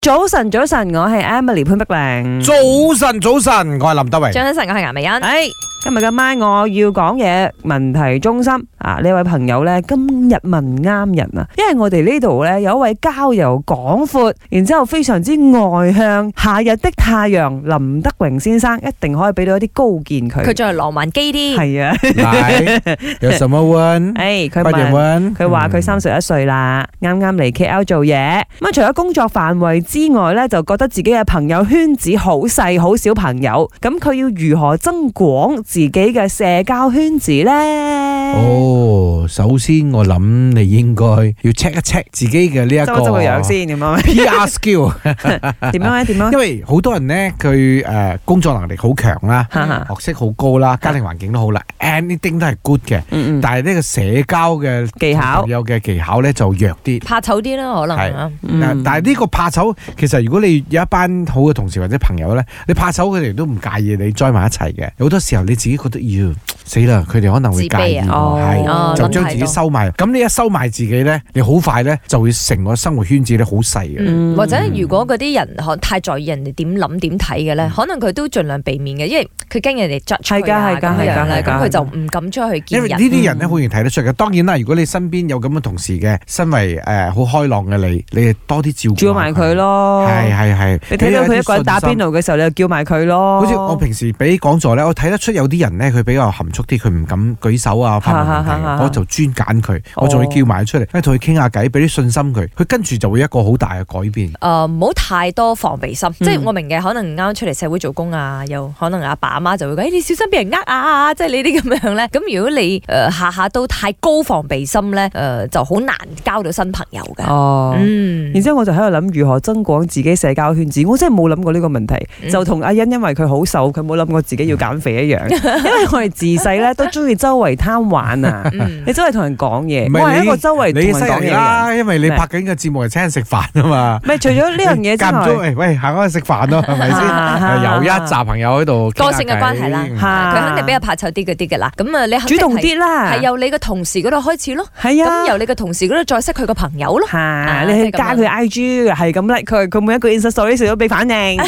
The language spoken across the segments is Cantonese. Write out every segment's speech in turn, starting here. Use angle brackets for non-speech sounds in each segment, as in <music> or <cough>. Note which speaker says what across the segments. Speaker 1: 早晨，早晨，我係 Emily 潘碧玲。
Speaker 2: 早晨，早晨，我係林德榮。
Speaker 3: <laughs> 張晨，我係顏美欣。
Speaker 1: 哎，今日今晚我要講嘢，問題中心啊！呢位朋友呢，今日問啱人啊，因為我哋呢度呢，有一位交遊廣闊，然之後非常之外向，夏日的太陽林德榮先生一定可以俾到一啲高見
Speaker 3: 佢
Speaker 1: 佢。
Speaker 3: 仲係浪漫基啲，
Speaker 1: 係啊，
Speaker 2: 來，有什麼問？
Speaker 1: <laughs> 哎，佢
Speaker 2: 快點
Speaker 1: 問。
Speaker 2: 問。
Speaker 1: 佢話佢三十一歲啦，啱啱嚟 KL 做嘢。咁啊，除咗工作範圍之外呢，就覺得自己嘅朋友圈子好細，好少朋友。咁佢要如何增廣自己嘅社交圈子呢？
Speaker 2: 哦，首先我諗你應該要 check 一 check 自己嘅呢一
Speaker 1: 執一執個樣
Speaker 2: 個
Speaker 1: 先，咁
Speaker 2: <laughs>
Speaker 1: 樣 <laughs>
Speaker 2: PR skill，
Speaker 1: 點樣咧？點樣呢
Speaker 2: <laughs> 因？為好多人呢，佢誒工作能力好強啦，
Speaker 1: 哈哈
Speaker 2: 學識好高啦，家庭環境都好啦，anything 都係 good 嘅，
Speaker 1: 嗯嗯，
Speaker 2: 但係呢個社交嘅
Speaker 1: 技巧
Speaker 2: 朋。友嘅技巧呢就弱啲。
Speaker 3: 怕醜啲啦，可能
Speaker 2: 係
Speaker 3: 啊
Speaker 1: 嗯
Speaker 2: 嗱，嗯但係呢個怕醜，其實如果你有一班好嘅同事或者朋友咧，你怕醜佢哋都唔介意你 join 埋一齊嘅。有好多時候你自己覺得，要死啦，佢哋可能會介意
Speaker 3: 自卑
Speaker 2: 我，
Speaker 1: 啊
Speaker 2: 係、
Speaker 1: 哦
Speaker 2: 就
Speaker 1: 諗
Speaker 2: 將
Speaker 3: 太
Speaker 2: 自己
Speaker 3: 多
Speaker 2: 收埋。咁你一收埋自己咧，你好快咧就會成個生活圈子咧好細嘅。
Speaker 1: 嗯
Speaker 3: 或者如果嗰啲人可太在意人哋點諗點睇嘅
Speaker 1: 嗯
Speaker 3: 咧，可能佢都盡量避免嘅，因為佢驚人哋 judge 佢啊
Speaker 1: 係㗎係㗎
Speaker 3: 咁樣
Speaker 2: 係
Speaker 3: 咧，
Speaker 2: 㗎
Speaker 3: 咁
Speaker 1: 係㗎
Speaker 3: 佢就唔敢出去
Speaker 2: 因
Speaker 3: 見
Speaker 2: 為呢
Speaker 3: 人。
Speaker 2: 啲人咧好容易睇得出嘅。當然啦，如果你身邊有咁嘅同事嘅，身為誒好開朗嘅你，你多啲照顧
Speaker 1: 叫埋佢。咯。
Speaker 2: 係係係。
Speaker 1: 你睇到佢一個人打邊
Speaker 2: 邊
Speaker 1: 爐嘅時候，你就叫埋佢咯。
Speaker 2: 好似我平時俾講座咧，我睇得出有啲人咧，佢比較含蓄啲，佢唔敢舉手啊，發問問題
Speaker 1: 哈哈哈
Speaker 2: 啊，
Speaker 1: 哈
Speaker 2: 我就專揀佢，
Speaker 1: 哦
Speaker 2: 我仲要叫埋出嚟，同佢傾下偈，俾啲信心佢，佢跟住就會一個好大嘅改變。
Speaker 3: 誒呃唔好太多防備心，
Speaker 1: 嗯
Speaker 3: 即係我明嘅，可能啱出嚟社會做工啊，又可能阿爸阿媽就會講：，誒你小心俾人呃啊！即係你啲咁樣咧。 <laughs> 咁如果你誒下下都太高防備心咧，誒就好難交到新朋友嘅。
Speaker 1: 哦。
Speaker 3: 嗯
Speaker 1: 然之後我就喺度諗如何增廣自己社交圈子，我真係冇諗過呢個問題，
Speaker 3: 嗯
Speaker 1: 就同阿欣因為佢好瘦，佢冇諗過自己要減肥一
Speaker 3: <laughs>
Speaker 1: 樣，因為我哋自細咧都中意周圍貪玩啊，
Speaker 3: 嗯
Speaker 1: 你周圍同人講嘢，
Speaker 2: 唔
Speaker 1: 我
Speaker 2: 係
Speaker 1: 係一個周圍同
Speaker 2: 你
Speaker 1: 人
Speaker 2: 犀
Speaker 1: 講嘢嘅
Speaker 2: 利
Speaker 1: 人。
Speaker 2: 啦，因為你
Speaker 1: 咩
Speaker 2: 拍緊嘅節目係請人食飯啊嘛。
Speaker 1: 唔係除咗呢樣嘢
Speaker 2: 間唔
Speaker 1: 之
Speaker 2: 中，
Speaker 1: 外，
Speaker 2: 喂喂，行開去食飯咯，係咪
Speaker 1: 啊 <laughs> 哈
Speaker 2: 先？有一紮朋友喺度傾下偈，
Speaker 3: 個性嘅關係啦
Speaker 2: 嗯
Speaker 1: 嚇
Speaker 3: 佢肯定比較怕醜啲嗰啲嘅啦。咁啊，你肯
Speaker 1: 啊主
Speaker 3: 定係
Speaker 1: 動啲啦，
Speaker 3: 係由你嘅同事嗰度開始咯，
Speaker 1: 係啊
Speaker 3: 咁。由你嘅同事嗰度再識佢個朋友咯。
Speaker 1: 吓、
Speaker 3: 啊
Speaker 1: 你去
Speaker 3: 即係咁
Speaker 1: 加
Speaker 3: 樣
Speaker 1: 佢 I G 係咁 like 佢，佢每一個 Insta story 成日都俾反應。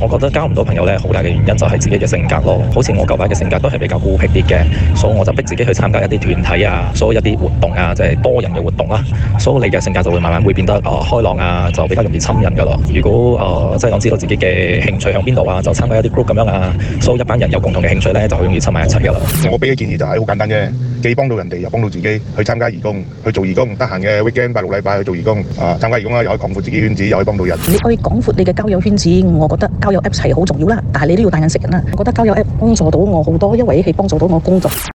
Speaker 4: 我覺得交唔到朋友咧，好大嘅原因就係自己嘅性格咯。好似我舊排嘅性格都係比較孤僻啲嘅，所以我就逼自己去參加一啲團體啊，所以一啲活動啊，即係多人嘅活動啦、所以你嘅性格就會慢慢會變得誒、呃、開朗啊，就比較容易親人噶咯。如果誒、呃即係我知道自己嘅興趣向邊度啊，就參加一啲 group 咁樣啊，所以一班人有共同嘅興趣咧，就好容易親埋一齊噶啦。
Speaker 5: 我俾嘅建議就係好簡單啫，既幫到人哋又幫到自己，去參加義工，去做義工，得閒嘅 weekend 拜六禮拜去做義工，啊參加義工啦，又可以擴闊自己圈子，又可以幫到人。
Speaker 6: 你可以廣闊你嘅交友圈子，我覺得交友 Apps 係好重要啦，但係你都要帶眼識人啦。我覺得交友 App 幫助到我好多，因為係幫助到我工作。